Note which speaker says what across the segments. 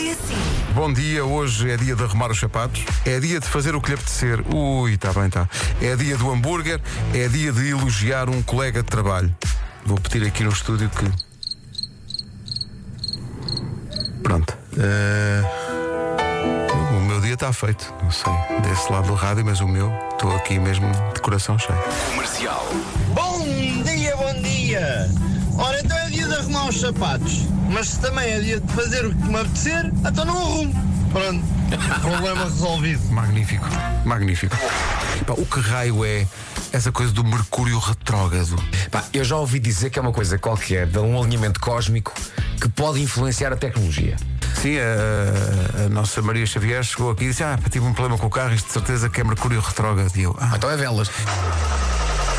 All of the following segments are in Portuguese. Speaker 1: assim.
Speaker 2: bom dia. Hoje é dia de arrumar os sapatos, é dia de fazer o que lhe apetecer. Ui, está bem, está. É dia do hambúrguer, é dia de elogiar um colega de trabalho. Vou pedir aqui no estúdio que. Pronto. Eh, O meu dia está feito, não sei, desse lado do rádio, mas o meu, estou aqui mesmo de coração cheio.
Speaker 3: Comercial.
Speaker 4: Bom dia, bom dia! Ora, então é dia de arrumar os sapatos, mas se também é dia de fazer o que me apetecer, então não arrumo. Pronto, problema resolvido.
Speaker 2: Magnífico, magnífico. Pá, o que raio é essa coisa do Mercúrio retrógrado?
Speaker 5: Pá, eu já ouvi dizer que é uma coisa qualquer, de um alinhamento cósmico que pode influenciar a tecnologia.
Speaker 2: Sim, a, a nossa Maria Xavier chegou aqui e disse: Ah, pá, tive um problema com o carro, isto de certeza que é Mercúrio retrógrado. E eu, ah,
Speaker 5: Então é velas.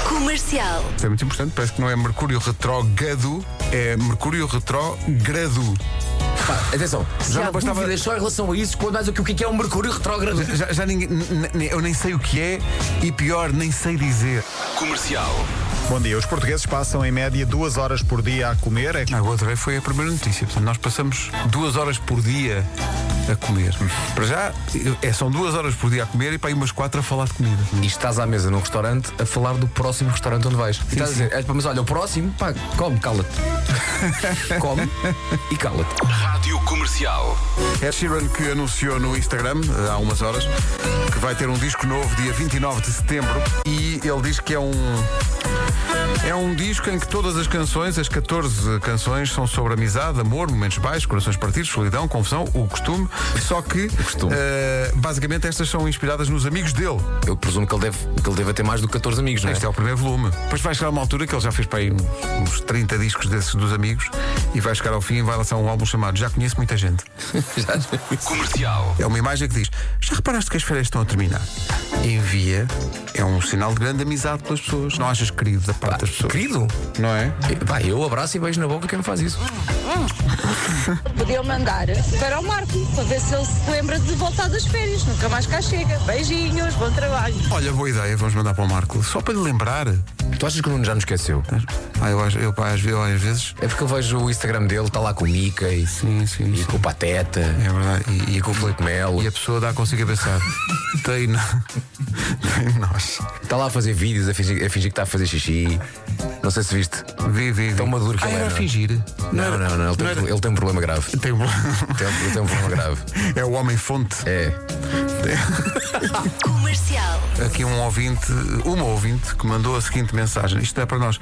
Speaker 1: Comercial.
Speaker 2: isto é muito importante, parece que não é Mercúrio retrógrado, é Mercúrio retrógrado.
Speaker 5: Pá, atenção, já
Speaker 2: não bastava-
Speaker 5: não bastava... dúvidas só em relação a isso, quando mais o que o que é um Mercúrio retrógrado.
Speaker 2: Já, já ninguém, n- n- eu nem sei o que é e pior, nem sei dizer.
Speaker 3: Comercial.
Speaker 6: Bom dia. Os portugueses passam em média duas horas por dia a comer. É
Speaker 2: Ah, outra vez foi a primeira notícia. Portanto, nós passamos duas horas por dia a comer. Para já, é, são duas horas por dia a comer e para aí umas quatro a falar de comida.
Speaker 5: E estás à mesa num restaurante a falar do próximo restaurante onde vais. E estás a dizer, "É, pá, mas olha, o próximo, pá, come, cala-te. come e cala-te.
Speaker 3: Rádio Comercial.
Speaker 2: Ed É Sheeran que anunciou no Instagram, eh, há umas horas, que vai ter um disco novo dia 29 de setembro e ele diz que é um. É um disco em que todas as canções, as 14 canções, são sobre amizade, amor, momentos baixos, corações partidos, solidão, confusão, o costume. Só que,
Speaker 5: costume.
Speaker 2: eh, basicamente, estas são inspiradas nos amigos dele.
Speaker 5: Eu presumo que ele deve, que ele deve ter mais do que 14 amigos, não é?
Speaker 2: Este é o primeiro volume. Depois vai chegar uma altura que ele já fez para aí uns, uns 30 discos desses dos amigos e vai chegar ao fim e vai lançar um álbum chamado Já Conheço Muita Gente.
Speaker 3: Comercial.
Speaker 2: É uma imagem que diz: Já reparaste que as férias estão a terminar? Envia é um sinal de grande amizade pelas pessoas. Não achas querido da parte das pessoas?
Speaker 5: Querido,
Speaker 2: Não é?
Speaker 5: pá, eu abraço e beijo na boca quem me faz isso.
Speaker 7: Podia mandar para o Marco, para ver se ele se lembra de voltar das férias. Nunca mais cá chega. Beijinhos, bom trabalho.
Speaker 2: Olha, boa ideia, vamos mandar para o Marco. Só para lhe lembrar.
Speaker 5: Tu achas que o Nuno já nos esqueceu?
Speaker 2: Ah, eu, acho- eu pá, às, ve- olha, às vezes.
Speaker 5: É porque eu vejo o Instagram dele, está lá com o Mica e,
Speaker 2: Sim, sim,
Speaker 5: e
Speaker 2: sim.
Speaker 5: com o Pateta
Speaker 2: É verdade. E,
Speaker 5: e com o Felipe Melo.
Speaker 2: e a pessoa dá consigo a pensar. Tem, no- tem nós.
Speaker 5: Está Tá lá a fazer vídeos, a fingir, a fingir que está a fazer xixi. Não sei se viste.
Speaker 2: Vi, vi, vi.
Speaker 5: Tão maduro que
Speaker 2: ah,
Speaker 5: ele é,
Speaker 2: era a
Speaker 5: não é?
Speaker 2: fingir.
Speaker 5: Não,
Speaker 2: era-
Speaker 5: não, não, ele tem,
Speaker 2: era-
Speaker 5: ele tem um problema grave.
Speaker 2: tem um-
Speaker 5: Tem, ele tem um problema grave.
Speaker 2: É o homem-fonte.
Speaker 5: É.
Speaker 1: Comercial.
Speaker 2: aqui um ouvinte, uma ouvinte, que mandou a seguinte mensagem. Isto é para nós.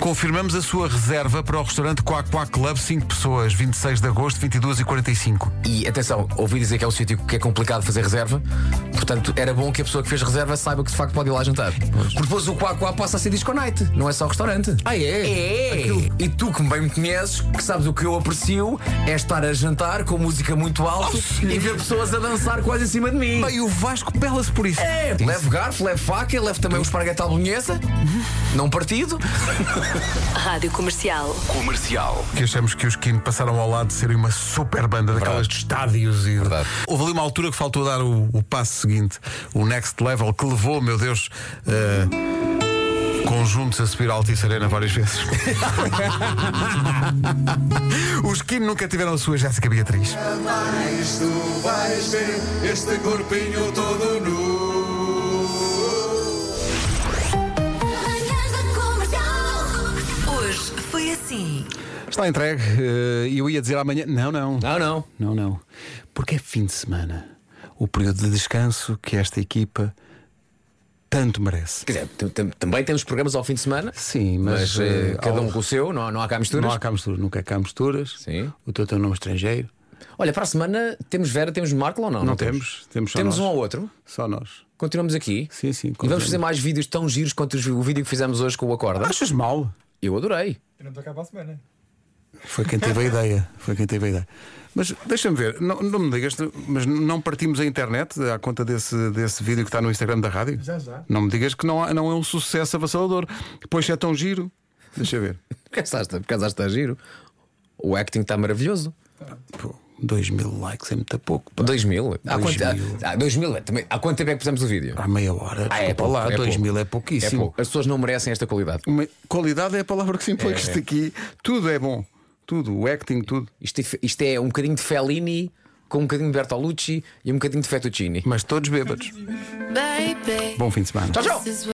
Speaker 2: Confirmamos a sua reserva para o restaurante Quá Quá Club, 5 pessoas, 26 de agosto, 22 e 45.
Speaker 5: E atenção, ouvi dizer que é um sítio que é complicado fazer reserva, portanto era bom que a pessoa que fez reserva saiba que de facto pode ir lá jantar. Porque depois o Quá Quá passa a ser disco night, não é só restaurante. Ah, é? É! E tu que bem me conheces, que sabes o que eu aprecio, é estar a jantar com música muito alta e ver pessoas a dançar quase em cima de mim.
Speaker 2: Bem, o Vasco pela-se por isso.
Speaker 5: É, levo garfo, levo faca, levo também o esparguete à bolonhesa, não partido.
Speaker 1: Rádio Comercial.
Speaker 3: Comercial.
Speaker 2: Que achamos que os Kino passaram ao lado de serem uma super banda daquelas de estádios e.
Speaker 5: Verdade.
Speaker 2: Houve ali uma altura que faltou dar o, o passo seguinte, o next level, que levou, meu Deus. eh, Conjuntos a subir alto e serena várias vezes. Os Kino nunca tiveram a sua Jéssica Beatriz.
Speaker 8: Mas tu vais ver este corpinho todo nu.
Speaker 1: Hoje foi assim.
Speaker 2: Está entregue. eh, E eu ia dizer amanhã. Não, não.
Speaker 5: Não, não.
Speaker 2: Não, não. Porque é fim de semana. O período de descanso que esta equipa tanto merece.
Speaker 5: Quer dizer, tam- tam- também temos programas ao fim de semana,
Speaker 2: Sim, mas.
Speaker 5: mas, eh,
Speaker 2: eh,
Speaker 5: cada um
Speaker 2: ao-
Speaker 5: com o seu, não, há- não há cá misturas.
Speaker 2: Não há cá misturas, nunca há cá misturas.
Speaker 5: Sim.
Speaker 2: O teu teu nome estrangeiro.
Speaker 5: Olha, para a semana temos Vera, temos Marco ou não?
Speaker 2: Não temos, temos só
Speaker 5: Temos
Speaker 2: nós.
Speaker 5: um ao outro.
Speaker 2: Só nós.
Speaker 5: Continuamos aqui.
Speaker 2: Sim, sim,
Speaker 5: E
Speaker 2: continuamos.
Speaker 5: vamos fazer mais vídeos tão giros quanto os- o vídeo que fizemos hoje com o Acorda.
Speaker 2: Achas mal?
Speaker 5: Eu adorei.
Speaker 2: Foi quem teve a ideia. Foi quem teve a ideia. Mas deixa-me ver, não, não me digas, mas não partimos a internet à conta desse, desse vídeo que está no Instagram da rádio? Já, já. Não me digas que não, há- não é um sucesso avassalador. Pois é tão giro. Deixa eu ver.
Speaker 5: Casaste, casaste a giro. O acting está maravilhoso.
Speaker 2: Pô, 2 mil likes é muito pouco. Pá.
Speaker 5: 2000. Há
Speaker 2: Dois
Speaker 5: quanto, há-
Speaker 2: mil.
Speaker 5: há, dois mil, é, também, há quanto tempo é que pusemos o vídeo?
Speaker 2: Há meia hora.
Speaker 5: Ah,
Speaker 2: desculpa
Speaker 5: pouco,
Speaker 2: lá, 2
Speaker 5: pouco.
Speaker 2: mil é
Speaker 5: É
Speaker 2: pouquíssimo.
Speaker 5: pouco. As pessoas não merecem esta qualidade.
Speaker 2: Uma- Qualidade é a palavra que se impõe. que Isto aqui, tudo é bom. Tudo, o acting, tudo.
Speaker 5: Isto, é- isto é um bocadinho de Fellini com um bocadinho de Bertolucci e um bocadinho de fettuccine.
Speaker 2: Mas todos bêbados. Bom fim de semana.
Speaker 5: Tchau, tchau!